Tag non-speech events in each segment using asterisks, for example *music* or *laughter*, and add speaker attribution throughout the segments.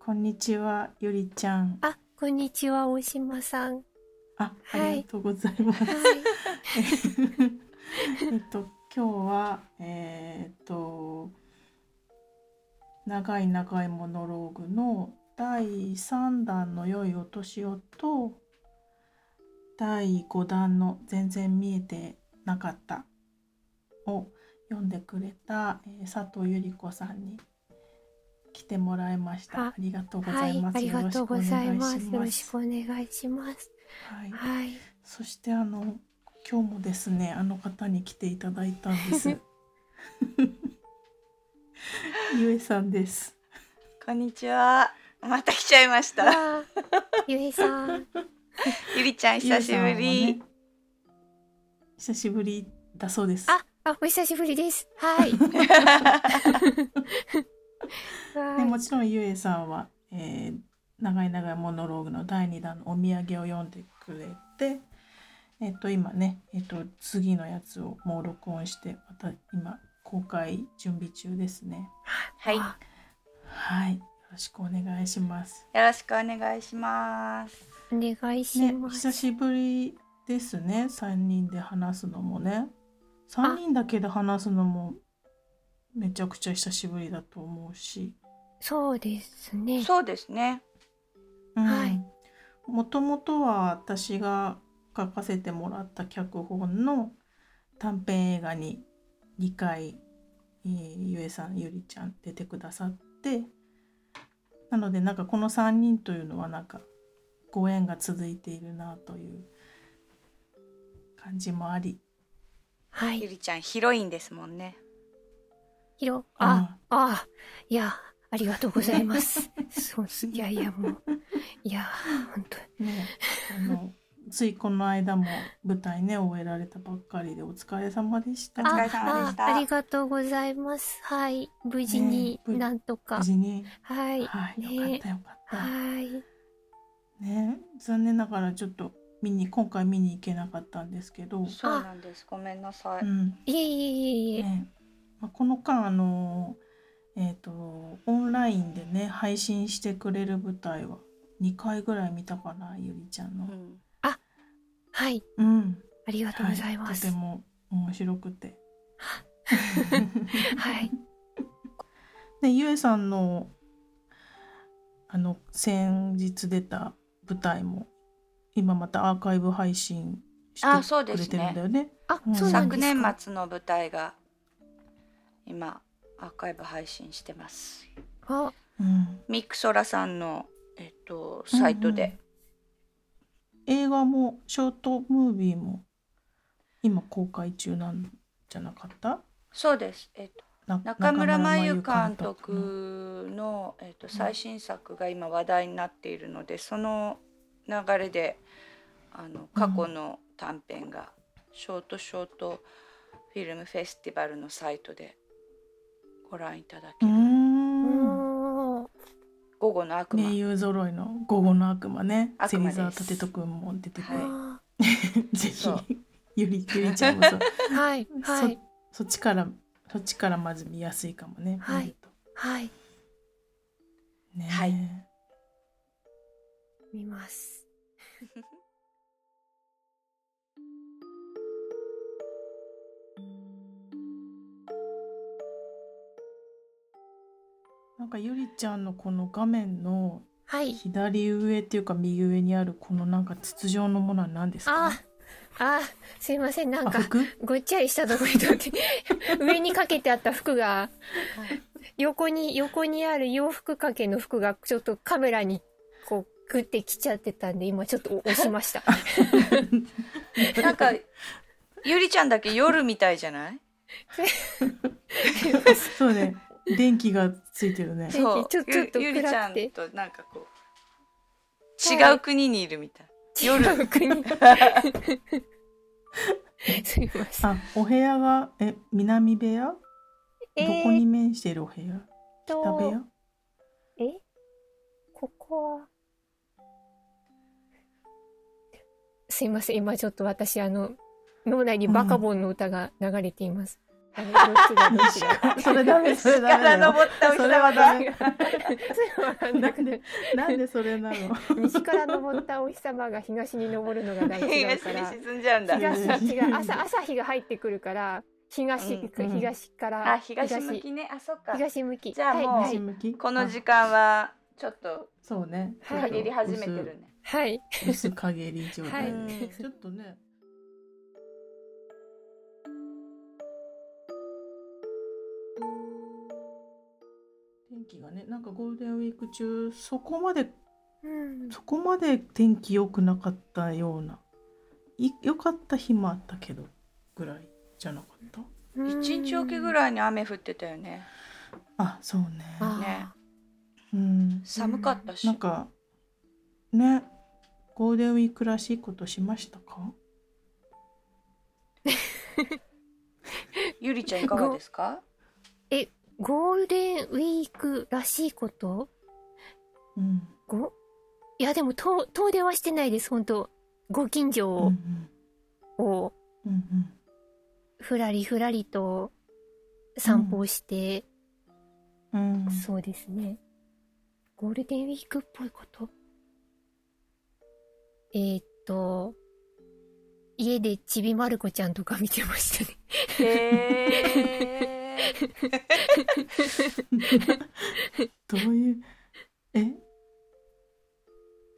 Speaker 1: こんにちは、ゆりちゃん。
Speaker 2: あ、こんにちは、大島さん。
Speaker 1: あ、
Speaker 2: はい
Speaker 1: ありがとうござい
Speaker 2: *laughs*
Speaker 1: ます。
Speaker 2: は
Speaker 1: えっと、今日は、えーっと。長い長いモノローグの第三弾の良いお年をと。第五弾の全然見えてなかった。を読んでくれた、えー佐藤ゆり子さんに。来てもらいました。
Speaker 2: あ
Speaker 1: ありがとうご
Speaker 2: い、は
Speaker 1: ざい
Speaker 2: い、
Speaker 1: ます。
Speaker 2: ありがとうございます。よ
Speaker 1: よ
Speaker 2: ろ
Speaker 1: ろ
Speaker 2: し
Speaker 1: し
Speaker 2: く
Speaker 1: くお
Speaker 2: お
Speaker 1: 願いし
Speaker 2: 願いします。
Speaker 1: ます。はい。
Speaker 2: はい、
Speaker 1: そしてあの今日もですねあの方に来ていただいたんです。ゆえさんです。
Speaker 3: こんにちは。また来ちゃい
Speaker 1: *laughs*
Speaker 3: ました。
Speaker 2: わあゆえさん、
Speaker 3: ゆりちゃん久し
Speaker 1: ゆえさ
Speaker 3: ぶ
Speaker 1: んは
Speaker 3: り
Speaker 1: ね。久しぶりだそうです。
Speaker 2: あ、あ、お久しぶりです。はい。
Speaker 1: で
Speaker 2: は
Speaker 1: もちろんゆえさんは、えー長い長いモノローグの第2弾のお土産を読んでくれて、えっと今ね、えっと次のやつをもう録音してまた今公開準備中ですね。
Speaker 3: *laughs* はい。よ
Speaker 2: あ
Speaker 1: はい、よろしくお願いします。
Speaker 3: ろしくお願いします。
Speaker 2: い、お願いし
Speaker 1: ね、
Speaker 2: ます。
Speaker 1: 久しぶりですね3人で話すのもね3人だけで話すのもめちゃくちゃ久しぶりだと思うし、
Speaker 2: そうですね。
Speaker 3: そうですね。
Speaker 1: うん
Speaker 2: はい
Speaker 1: もともとは私が書かせてもらった脚本の短編映画に2回、えーゆえさんゆりちゃん出てくださってなのでなんかこの3人というのはなんかご縁が続いているなという感じもあり
Speaker 2: は
Speaker 3: ゆ
Speaker 2: い、
Speaker 3: りちゃんヒロインですもんね。
Speaker 2: ひろ、あ、あ、いや、ありがとうございます。そう、いやいや、もう、いや、本当
Speaker 1: ねあのついこの間も舞台ね終えられたばっかりでお疲れ様でした
Speaker 3: お疲れ様でした
Speaker 2: ああありがとうございます。はい。無事に
Speaker 1: ねえぶ
Speaker 2: なんとか。
Speaker 1: 無事に
Speaker 2: はい。
Speaker 1: はい、
Speaker 2: ね
Speaker 1: よかったよかった、
Speaker 2: はい。
Speaker 1: ね残念ながらちょっと見に今回見に行けなかったんですけど、
Speaker 3: そうなんです。ごめんなさい。
Speaker 1: うん
Speaker 2: いえいえいえいえ。
Speaker 1: ねまあ、この間あのえっ、とオンラインでね配信してくれる舞台は2回ぐらい見たかなゆりちゃん
Speaker 3: う
Speaker 1: の、
Speaker 3: ん
Speaker 2: はい。
Speaker 1: うん、
Speaker 2: ありがとうござい
Speaker 1: は
Speaker 2: ま
Speaker 1: い、と
Speaker 2: す。
Speaker 1: ても面白くて。
Speaker 2: はい。
Speaker 1: でゆえさんのあの先日出た舞台も今またアーカイブ配信し
Speaker 3: あそう
Speaker 1: て
Speaker 3: で
Speaker 1: く
Speaker 3: す
Speaker 1: れ
Speaker 3: ね
Speaker 1: てるんだよね。
Speaker 2: あ
Speaker 1: うん、
Speaker 2: そうなんで
Speaker 3: 昨
Speaker 2: すか。
Speaker 3: 年末の舞台が今アーカイブ配信してます。
Speaker 2: あ、
Speaker 1: うん、
Speaker 3: ミクソラさんのえっとサイトで
Speaker 1: 映画もショートムービーも今公開中なんじゃなかった
Speaker 3: そうです。えっと
Speaker 1: な
Speaker 3: 中村真由
Speaker 1: の
Speaker 3: 監督の、えっと最新作が今話題になっているので、その流れであの過去の短編がショートショートフィルムフェスティバルのサイトでご覧いただ
Speaker 1: う
Speaker 3: け
Speaker 1: ー
Speaker 3: る、
Speaker 1: ん
Speaker 2: おー
Speaker 3: 午後の悪魔、
Speaker 1: 名優揃いの「午後の悪魔ね」
Speaker 3: 悪
Speaker 1: 芹
Speaker 3: 魔です
Speaker 1: 沢立人君も出てくる、
Speaker 3: はい
Speaker 2: あ
Speaker 1: ぜひ
Speaker 3: そう
Speaker 1: ゆりゆりちゃんもそう
Speaker 2: ーはい。はい。
Speaker 1: そそっちからそっちからまず見やすいかもね。
Speaker 2: はい
Speaker 1: 見ると
Speaker 2: はい。
Speaker 1: ねえ
Speaker 3: はい
Speaker 2: 見ます。
Speaker 1: なんかゆりちゃんのこの画面の
Speaker 2: はい。
Speaker 1: 左上っていうか右上にあるこのなんか筒状のものは何ですか？
Speaker 2: あ、あ、すいません。なん
Speaker 1: あ
Speaker 2: か、
Speaker 1: 服？
Speaker 2: ごっちゃりしたとこにとって、
Speaker 1: *laughs*
Speaker 2: 上にかけてあった服が、横に、横にある洋服掛けの服が、ちょっとカメラに、こう、グってきちゃってたんで、今ちょっと押しました。
Speaker 3: *laughs* なんかゆりちゃんだけ夜みたいじゃない
Speaker 1: *laughs* そうね。電気がついてる
Speaker 3: *laughs*
Speaker 1: ね。
Speaker 2: ちょ
Speaker 3: そう
Speaker 2: ちょ
Speaker 3: ゆ
Speaker 2: ちょっと
Speaker 3: ゆりちゃん
Speaker 2: 暗く
Speaker 3: となんかこう
Speaker 2: はい
Speaker 3: 違う国にいるみたい、
Speaker 2: 違う国。すいません。
Speaker 1: あ、お部屋がえ南部屋？
Speaker 2: え
Speaker 1: どこに面しているお部屋？
Speaker 2: っ
Speaker 1: 北部屋？
Speaker 2: えここは、すいません。今ちょっと私、あの、脳内にバカボンの歌が流れています。ダメどっちがどっちだ
Speaker 1: 西 *laughs* それダメそれダメ
Speaker 3: *laughs* から
Speaker 1: だよ
Speaker 3: 登ったお日
Speaker 1: それはダ
Speaker 3: 様だ
Speaker 1: メ
Speaker 2: それわ *laughs* かんなくて
Speaker 1: なんでそれなの
Speaker 2: 西から登ったお日様が東に登るの
Speaker 3: *laughs*
Speaker 2: が大違う
Speaker 3: 東
Speaker 2: か
Speaker 3: に
Speaker 2: ら
Speaker 3: 沈んじゃうんだ
Speaker 1: 違う
Speaker 2: 東違う朝
Speaker 1: うん
Speaker 2: 朝日が入ってくるから東、
Speaker 1: うん
Speaker 2: 東から
Speaker 3: あ東向きねあそっか
Speaker 2: 東向き
Speaker 3: じゃあもう
Speaker 1: 西
Speaker 2: はいはい
Speaker 1: 向き
Speaker 3: この時間はちょっと
Speaker 1: あそうね
Speaker 2: は
Speaker 1: ちょっと
Speaker 3: 限り始めてるね、
Speaker 2: はい
Speaker 1: 薄薄陰り状態で、
Speaker 2: は
Speaker 3: うん
Speaker 1: ちょっとね天気がねなんかゴールデンウィーク中そこまで
Speaker 2: うん
Speaker 1: そこまで天気良くなかったようない良かった日もあったけどぐらいじゃなかった
Speaker 3: 一日おきぐ
Speaker 2: い
Speaker 3: らいに雨降ってたよね
Speaker 1: あそうね
Speaker 2: あー
Speaker 3: ね
Speaker 1: うん
Speaker 3: 寒かったし
Speaker 1: なんかねゴールデンウィークらしいことしましたか
Speaker 3: ゆりちゃんいかがですか
Speaker 2: ゴールデンウィークらしいこと
Speaker 1: うん
Speaker 2: ごいやでも遠遠出はしてないです本当ご近所
Speaker 1: うんう
Speaker 2: を,、
Speaker 1: ん
Speaker 2: を
Speaker 1: うんうん
Speaker 2: ふらりふらりと散歩をして、
Speaker 1: うん
Speaker 2: そうですねゴールデンウィークっぽいことえー、っと家でちびまる子ちゃんとか見てました
Speaker 1: *laughs*
Speaker 2: ね
Speaker 3: へー
Speaker 2: *laughs*
Speaker 1: どういうえ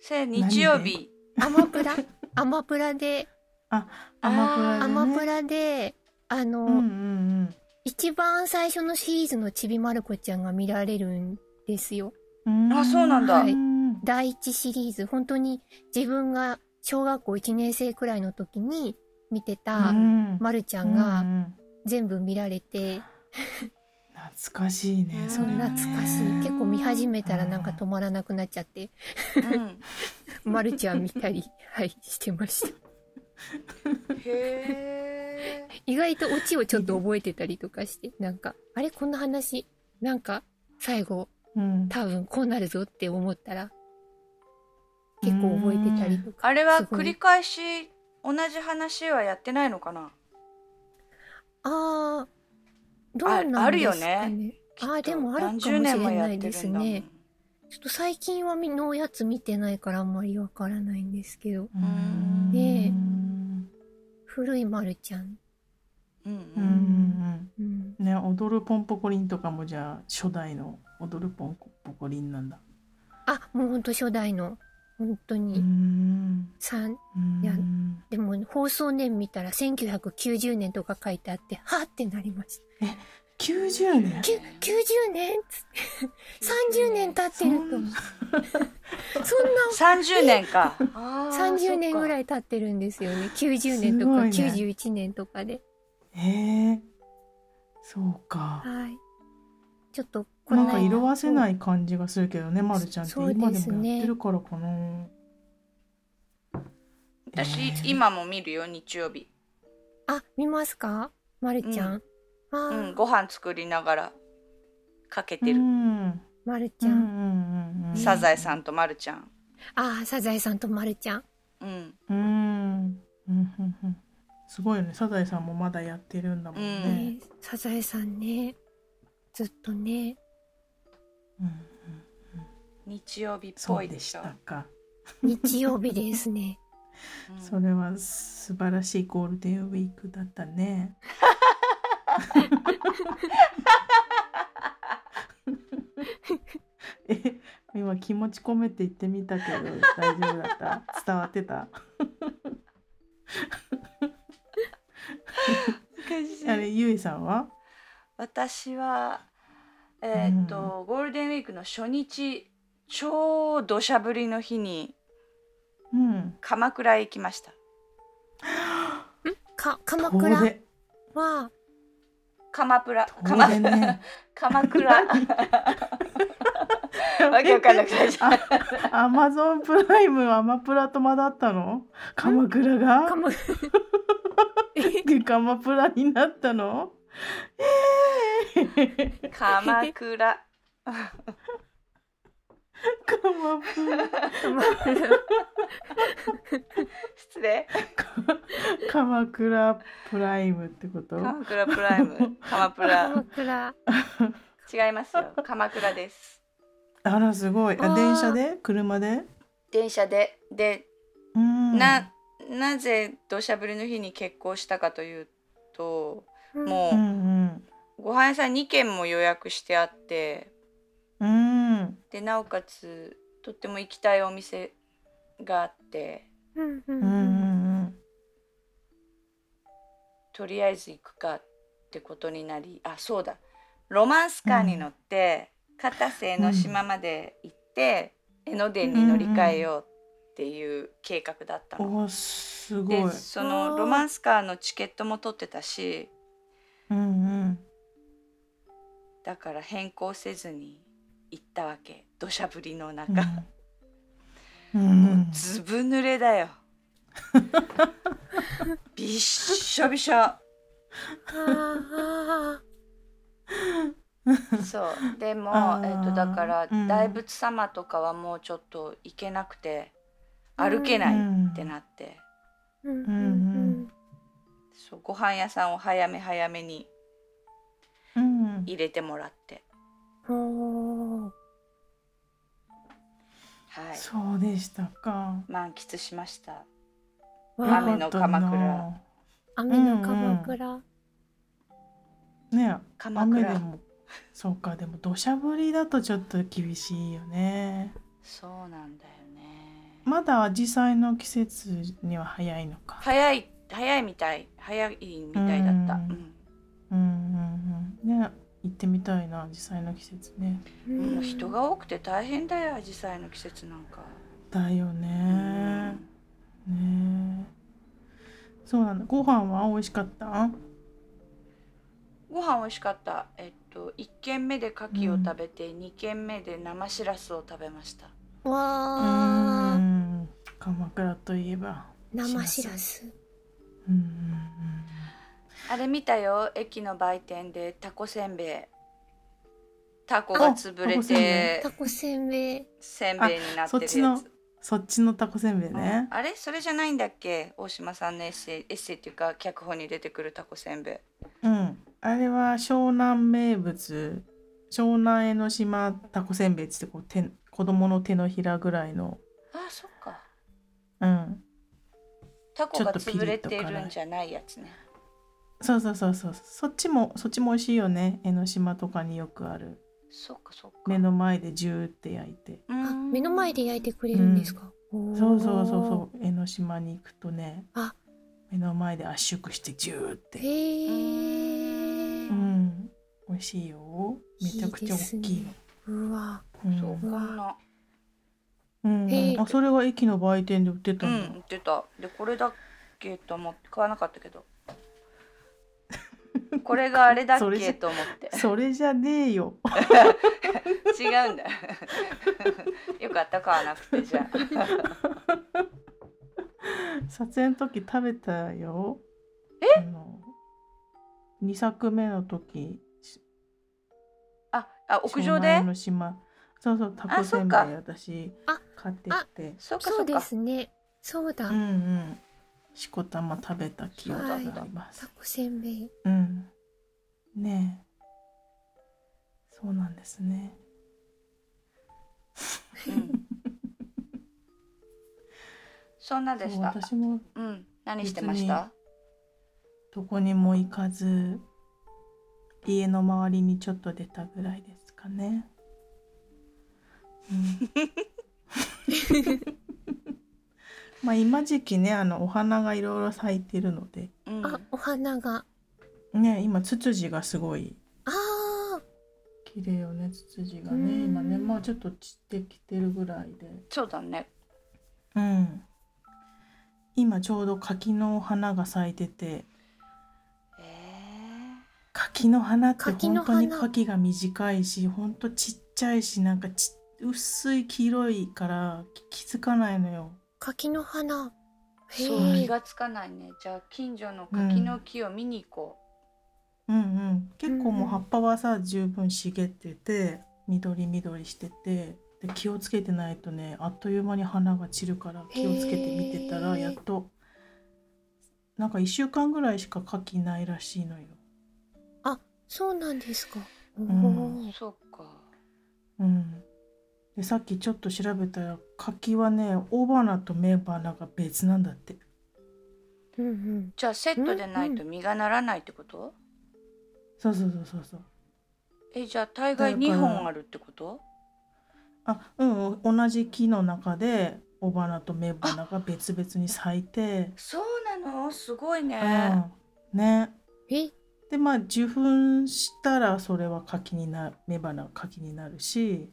Speaker 3: せ日曜日
Speaker 2: アマプラアマプラで
Speaker 1: アマプラで、ね、
Speaker 2: アマプラであの、
Speaker 1: うんうん
Speaker 2: 一番最初のシリーズのちびまる子ちゃんが見られるんですよ
Speaker 1: うんうん
Speaker 3: あそうなんだ
Speaker 1: はい
Speaker 2: 第一シリーズ本当に自分が小学校1年生くらいの時に見て
Speaker 1: う
Speaker 2: た
Speaker 1: ん
Speaker 2: まるちゃん
Speaker 1: う
Speaker 2: が
Speaker 1: んうん
Speaker 2: 全部見られて、
Speaker 1: 懐かしいねそれ
Speaker 2: 懐
Speaker 1: はね
Speaker 2: かしい結構見始めたらなんか止まらなくなっちゃって、
Speaker 3: うん
Speaker 2: まるちゃん見たり、 *laughs* はい、してました
Speaker 3: へー
Speaker 2: 意外とオチをちょっと覚えてたりとかしてなんかあれこんな話なんか最後
Speaker 1: うん
Speaker 2: 多分こうなるぞって思ったら結構覚えてたりとか
Speaker 3: あれは繰り返し同じ話はやってないのかな
Speaker 2: ああどうなんですか
Speaker 3: ああるよ
Speaker 2: ね
Speaker 3: きっと
Speaker 2: ああでもあるかもしれないです
Speaker 3: 何十
Speaker 2: ね
Speaker 3: 年もやってるんだもん
Speaker 2: ちょっと最近はみのやつ見てないからあんまりわからないんですけど
Speaker 1: うん
Speaker 2: ねえ
Speaker 1: うん
Speaker 2: 古いまるちゃん、
Speaker 3: うん
Speaker 1: う
Speaker 3: うんん
Speaker 2: うん、
Speaker 1: ね踊るポンポコリンとかもじゃあ初代の踊るポンポコリンなんだ
Speaker 2: あもうほんと初代の本当
Speaker 1: う
Speaker 2: に
Speaker 1: ん
Speaker 2: さん
Speaker 1: うん
Speaker 2: いやでも放送年見たら1990年とか書いてあってはってなりました
Speaker 1: 90年
Speaker 2: きゅ90年っつって30年経ってると思うそんな
Speaker 3: 30年かあー
Speaker 2: 30年ぐら
Speaker 3: そっ
Speaker 2: い経
Speaker 3: か
Speaker 2: ってるんですよね90年とか
Speaker 1: すごいね
Speaker 2: 91年とかで、
Speaker 1: へえそうか
Speaker 2: はいちょっとこ
Speaker 1: なん
Speaker 2: な
Speaker 1: か
Speaker 2: い
Speaker 1: 色あせない感じがするけどねまるちゃんって
Speaker 2: そう
Speaker 1: 今
Speaker 2: で
Speaker 1: です
Speaker 2: ね
Speaker 1: もやってるからかな
Speaker 3: 私今も見るよ日曜日
Speaker 2: あ見ますかまるちゃん、あ
Speaker 3: う
Speaker 2: ー
Speaker 3: んご飯作りながらかけて
Speaker 1: う
Speaker 3: る
Speaker 1: ん
Speaker 2: まる
Speaker 1: う
Speaker 2: ちゃ、
Speaker 1: んうんんうん
Speaker 3: サザエさんとまるちゃん
Speaker 2: あーサザエさんとまるちゃん
Speaker 3: うん
Speaker 1: うんうんうんうんすごいよねサザエさんもまだやってるんだもんね
Speaker 2: ねサザエさんねずっとね
Speaker 1: うんうん
Speaker 3: 日曜日っ
Speaker 1: そ
Speaker 3: ぽ
Speaker 1: う
Speaker 3: い
Speaker 1: で
Speaker 3: で
Speaker 1: し
Speaker 3: しょ
Speaker 1: たか
Speaker 2: 日曜日ですね
Speaker 3: うん
Speaker 1: それは素晴らしいゴールデンウィークだった
Speaker 3: *laughs*
Speaker 1: ね。え今気持ち込めて言ってみたけど大丈夫だった伝わってたあれゆいさんは
Speaker 3: 私はえーっと、ゴールデンウィークの初日超土砂降りの日に
Speaker 1: うん
Speaker 3: 鎌倉へ行きました
Speaker 2: か鎌
Speaker 1: 遠
Speaker 2: 倉
Speaker 1: 出
Speaker 2: は
Speaker 3: 鎌倉
Speaker 1: 遠
Speaker 3: 鎌
Speaker 1: 出ね *laughs*
Speaker 3: 鎌倉 *laughs* わけわかんなくなっちゃった
Speaker 1: アマゾンプライムアマプラとまだあったの鎌倉が
Speaker 2: 鎌
Speaker 1: 鎌倉になったのええ
Speaker 3: 鎌倉
Speaker 1: かまぶ
Speaker 3: 失礼
Speaker 1: 鎌倉プライムってこと
Speaker 3: 鎌倉プライム鎌倉
Speaker 2: 鎌倉
Speaker 3: 違いますよ鎌倉です
Speaker 1: あらすごい
Speaker 2: あ
Speaker 1: あ
Speaker 2: ー
Speaker 1: 電車で車で
Speaker 3: 電車でで
Speaker 1: うん
Speaker 3: ななぜ土砂降りの日に結婚したかというと
Speaker 2: う
Speaker 1: う
Speaker 3: も
Speaker 1: ん
Speaker 3: うご飯屋さん2軒も予約してあって
Speaker 1: うんうん
Speaker 3: でなおかつとっても行きたいお店があって
Speaker 2: うんう
Speaker 1: うんうん
Speaker 2: ん
Speaker 3: とりあえず行くかってことになりあそうだロマンスカーに乗って、片瀬江の島まで行って、江ノ電に乗り換えようっていう計画だった
Speaker 1: う
Speaker 3: の。
Speaker 1: んおすごい
Speaker 3: でその
Speaker 2: あー
Speaker 3: ロマンスカーのチケットも取ってたし
Speaker 1: うんうん
Speaker 3: だから変更せずに行ったわけ土砂降りの中、
Speaker 1: うんう
Speaker 3: も
Speaker 1: ん
Speaker 3: うずぶ濡れだ *laughs* よびっしょびしょ
Speaker 2: あ
Speaker 3: そうでも、
Speaker 1: あ
Speaker 3: え
Speaker 1: ー
Speaker 3: っとだから、
Speaker 1: うん
Speaker 3: 大仏様とかはもうちょっと行けなくて
Speaker 2: うん
Speaker 3: 歩け
Speaker 1: う
Speaker 3: ない
Speaker 1: ん
Speaker 3: ってなって、
Speaker 2: ーうん
Speaker 1: う
Speaker 2: うんん
Speaker 3: そうご飯屋さんを早め早めに
Speaker 1: うん
Speaker 3: 入れてもらって
Speaker 2: うんおー
Speaker 3: はい
Speaker 1: そうでしたか
Speaker 3: 満喫しました
Speaker 2: わあ
Speaker 3: 雨の鎌倉
Speaker 1: よかっ
Speaker 2: 雨の鎌倉
Speaker 1: たなね
Speaker 3: 鎌
Speaker 1: 雨で
Speaker 3: 倉
Speaker 1: もそうかでも土砂降りだとちょっと厳しいよね
Speaker 3: そうなんだよね、
Speaker 1: まだ紫陽花の季節には早いのか
Speaker 3: 早い早いみたい早いみたいだった、
Speaker 1: う
Speaker 3: うんん
Speaker 1: うんうんうんね行ってみたいな実際の季節ね
Speaker 3: もう人が多くて大変だよ紫陽花の季節なんか、
Speaker 1: だよ
Speaker 3: う
Speaker 1: ね
Speaker 3: ん
Speaker 1: ねそうなんだご飯は美味しかった
Speaker 3: ご飯美味しかった。えっと一軒目で牡蠣を食べて、二軒目で生しらすを食べました。
Speaker 2: わ
Speaker 1: う
Speaker 2: あ
Speaker 1: ん鎌倉といえば
Speaker 2: 生しらす
Speaker 1: うんうん
Speaker 3: あれ見たよ。駅の売店でタコせんべい。タコが潰れて
Speaker 2: タコせんべい
Speaker 3: せんべいになってるやつ。
Speaker 1: あそっちうんそっちのタコせんべいね
Speaker 3: あれそれじゃないんだっけ大島さんのエッセイエッセイっていうか脚本に出てくるタコせんべい
Speaker 1: うんあれは湘南名物湘南江の島タコせんべいっつってこう手子供の手のひらぐらいの
Speaker 3: あそっか
Speaker 1: うん
Speaker 3: タコが
Speaker 1: ちょっとピリ
Speaker 3: 潰れ
Speaker 1: ッと
Speaker 3: てるんじゃないやつね
Speaker 1: そうそうそうそうそっちもそっちも美味しいよね江の島とかによくある
Speaker 3: そっかそっか
Speaker 1: 目の前でジューって焼いて
Speaker 2: あ目の前
Speaker 3: で
Speaker 2: で焼いてくれるんですか
Speaker 1: そうそうそう
Speaker 2: う
Speaker 1: そう江ノ島に行くとね
Speaker 2: あ
Speaker 1: 目の前で圧縮してジューって
Speaker 2: へえ
Speaker 1: うん美味しいよめちゃくちゃ大きい
Speaker 2: いいですうわ
Speaker 3: そう
Speaker 1: の
Speaker 3: こんな
Speaker 1: うん
Speaker 2: へ
Speaker 1: う
Speaker 2: え
Speaker 1: んあそれが駅の売店で売って
Speaker 3: う
Speaker 1: たんだ、
Speaker 3: ん出たでこれだっけと思って買わなかった
Speaker 1: *laughs*
Speaker 3: けどこれがあれだっ
Speaker 1: それじ
Speaker 3: け
Speaker 1: ゃ
Speaker 3: と思って
Speaker 1: それじゃねえよ
Speaker 3: 違うんだ *laughs* よかった買わなくてじゃあ
Speaker 1: 撮影の時食べたよえ2作目の時
Speaker 3: ああ屋
Speaker 1: 湘
Speaker 3: 上
Speaker 1: 南
Speaker 3: で
Speaker 1: の島そうそうタコせんべい
Speaker 3: あそっか
Speaker 1: 私
Speaker 2: あ
Speaker 1: 買ってきて
Speaker 3: そっか
Speaker 2: そ
Speaker 3: そうっ
Speaker 2: で
Speaker 3: か
Speaker 2: すねそうだ
Speaker 1: うんうんしこたま食べた記憶があります
Speaker 2: タコせんべい
Speaker 1: うん。ねえ。そうなんですね。
Speaker 3: うんそんなで
Speaker 1: そう
Speaker 3: した
Speaker 1: 私も
Speaker 3: うん何してました
Speaker 1: どこにも行かず、家の周りにちょっと出たぐらいですかね。
Speaker 3: *laughs*
Speaker 1: うん、 *laughs* まあ今時期ねあのお花がいろいろ咲いてるので
Speaker 3: うん
Speaker 2: あお花が
Speaker 1: ね今ツツジがすごい
Speaker 2: ああ
Speaker 1: 綺麗よねツツジが
Speaker 2: うん
Speaker 1: ね今ねまあちょっと散ってきてるぐらいで
Speaker 3: そうだね
Speaker 1: うん、今ちょうど柿の花が咲いてて
Speaker 3: え
Speaker 1: 柿の花って
Speaker 2: 柿の
Speaker 1: 本
Speaker 2: 花
Speaker 1: 当に柿が短いし本当ちっちゃいしなんかち薄い黄色いから気気づかないのよ。
Speaker 2: 柿の花
Speaker 3: ー
Speaker 2: へ
Speaker 3: そう気
Speaker 2: え
Speaker 3: がつかないねじゃあ近所の柿の木を見に行こ
Speaker 1: うんうん、結構もううん葉っぱはさ十分茂ってて緑緑しててで気をつけてないとねあっという間に花が散るから気をつけて見てたら
Speaker 2: へー
Speaker 1: やっとなんか1週間ぐらいしか牡蠣ないらしいのよ。
Speaker 2: そうなんですか。お
Speaker 1: ん
Speaker 2: ー
Speaker 3: そうか。
Speaker 1: うん、でさっきちょっと調べたら柿はね雄花と雌花が別なんだって
Speaker 2: うんうん。
Speaker 3: じゃあセットでないと実がならないってこと？
Speaker 1: そうそうそうそうそう
Speaker 3: えじゃあ大概
Speaker 1: だから
Speaker 3: 2本あるってこと？
Speaker 1: あうんうん同じ木の中で雄花と雌花が別々に咲いて、
Speaker 3: そうなのすごいね。
Speaker 1: うん、ね
Speaker 2: え、
Speaker 1: でまあ受粉したらそれは柿にな雌花は柿になるし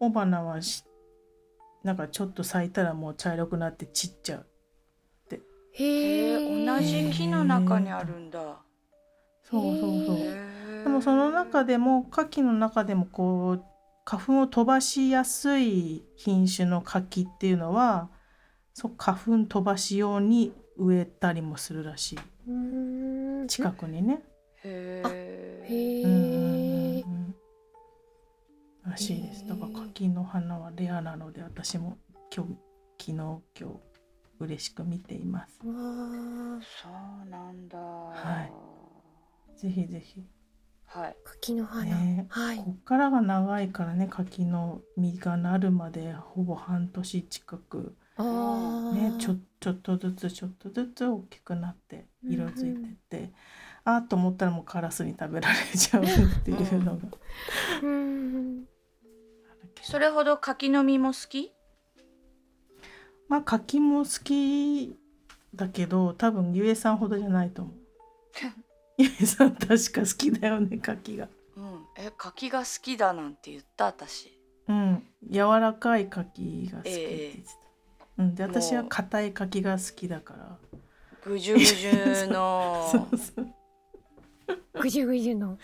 Speaker 1: 雄花はしなんかちょっと咲いたらもう茶色くなって散っちゃう
Speaker 2: へ
Speaker 3: へ
Speaker 2: え。
Speaker 3: え同じ木の中にあるんだ。
Speaker 1: そうそうそう。
Speaker 3: へえ
Speaker 1: でもその中でも牡蠣の中でもこう花粉を飛ばしやすい品種の柿っていうのはそう花粉飛ばし用に植えたりもするらしいう
Speaker 2: ーん。
Speaker 1: 近くにね。
Speaker 3: へえ。
Speaker 2: へ
Speaker 1: うんうん
Speaker 2: え
Speaker 1: う。んうんらしいですだから柿の花はレアなので私も今日昨日今日嬉しく見ています。
Speaker 2: わー
Speaker 3: そうなんだ。
Speaker 1: はぜひぜひ
Speaker 3: はい。
Speaker 2: 柿の花。
Speaker 1: ね
Speaker 2: はい。
Speaker 1: こっからが長いからね柿の実がなるまでほぼ半年近く
Speaker 2: ああ。
Speaker 1: ね、ちょちょっとずつちょっとずつ大きくなって
Speaker 2: うんうん
Speaker 1: 色づいてって、あーと思ったらもうカラスに食べられちゃうっていうのが
Speaker 2: うん。
Speaker 3: それほど柿の実も好き？
Speaker 1: まあ柿も好きだけど多分ゆえさんほどじゃない
Speaker 3: *laughs*
Speaker 1: と思うゆえさん確か好きだよね柿が
Speaker 3: うん。え柿が好きだなんて言っ
Speaker 1: *laughs*
Speaker 3: た私。
Speaker 1: うん柔らかい柿が好きって言ってた、うん、で私は
Speaker 3: もう
Speaker 1: 硬い柿が好きだから
Speaker 3: ぐじゅぐじゅの。
Speaker 1: そうそう *laughs*
Speaker 2: ぐじゅぐじゅの。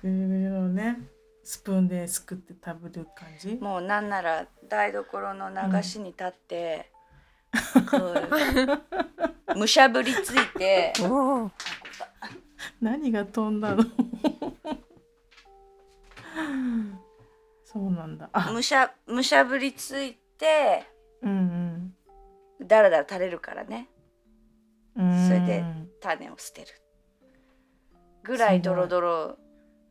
Speaker 1: ぐにゅぐにゅのねスプーンですくって食べる感じ
Speaker 3: もうなんなら台所の流しに立って、こうむしゃぶりついて
Speaker 2: おお。
Speaker 1: 何が飛んだの *laughs* そうなんだあ
Speaker 3: むしゃむしゃぶりついて
Speaker 1: うん
Speaker 3: だらだら垂れるからね
Speaker 1: うんうん
Speaker 3: それで種を捨てるぐらいドロドロ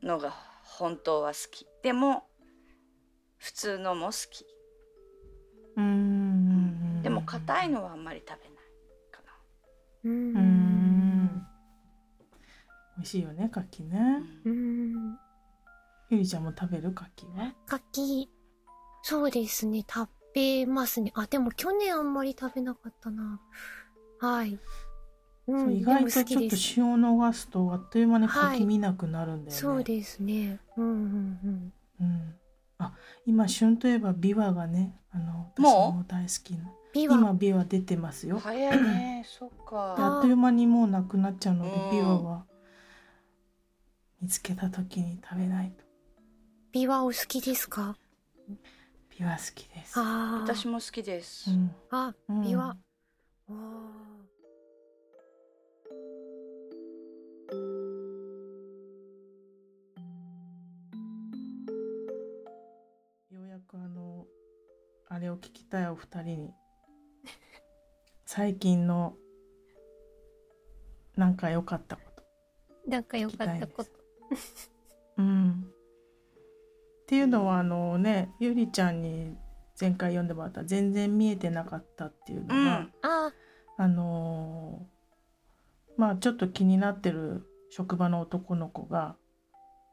Speaker 3: のが本当は好きでも普通のも好き
Speaker 1: うんうんうん
Speaker 3: でも硬いのはあんまり食べないか
Speaker 2: う。
Speaker 1: うんん美味しいよね柿
Speaker 3: な、
Speaker 1: ね
Speaker 2: う
Speaker 3: うん
Speaker 2: ん。
Speaker 1: ゆりちゃんも食べる柿は
Speaker 2: 柿。そうですね。食べますね。あ、でも去年あんまり食べなかったな。はい。う
Speaker 1: そう意
Speaker 2: で
Speaker 1: 外
Speaker 2: も
Speaker 1: と
Speaker 2: 好
Speaker 1: ち
Speaker 2: き
Speaker 1: ょっ
Speaker 2: で
Speaker 1: と
Speaker 2: す
Speaker 1: 旬を逃すとあっという間に
Speaker 2: は
Speaker 1: 柿
Speaker 2: い
Speaker 1: 見なくなるんだよね
Speaker 2: そうですね。うんうんうん。
Speaker 1: うんあ今旬といえばビワがねあの私
Speaker 3: もう
Speaker 1: も大好きな
Speaker 2: ビワ。
Speaker 1: 今ビワ出てますよ
Speaker 3: 早いねそっ
Speaker 1: であ
Speaker 3: か
Speaker 1: っという間にもうなくなっちゃうので
Speaker 3: うん
Speaker 1: ビワは見つけた時に食べないと
Speaker 2: ビワお好きですか
Speaker 1: ビワ好きです。
Speaker 2: ああ。
Speaker 3: 私も好きです、
Speaker 1: うん
Speaker 2: あ、
Speaker 1: うん
Speaker 2: ビワ。おー
Speaker 1: ようやくあのあれを聞きたいお二人に *laughs* 最近のなんか良かったこと。
Speaker 2: なんか良かったこと。
Speaker 1: うん、っていうのはあのねゆりちゃんに前回読んでもらった「全然見えてなかった」っていうの
Speaker 3: う
Speaker 1: が、
Speaker 3: ん
Speaker 2: あ
Speaker 1: あのーまあちょっと気になってる職場の男の子が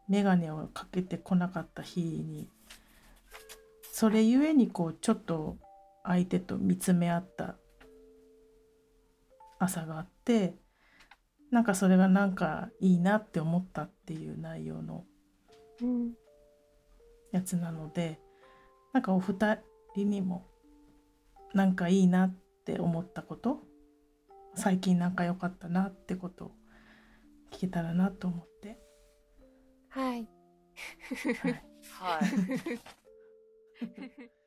Speaker 1: 眼鏡をかけてこなかった日にそれゆえにこうちょっと相手と見つめ合った朝があってなんかそれがなんかいいなって思ったっていう内容の
Speaker 2: ー、うん。
Speaker 1: やつなのでなんかお二人にもなんかいいなって思ったこと最近なんか良かったなってことを聞けたらなと思って、 *laughs*
Speaker 2: はい。
Speaker 1: はい、
Speaker 3: はい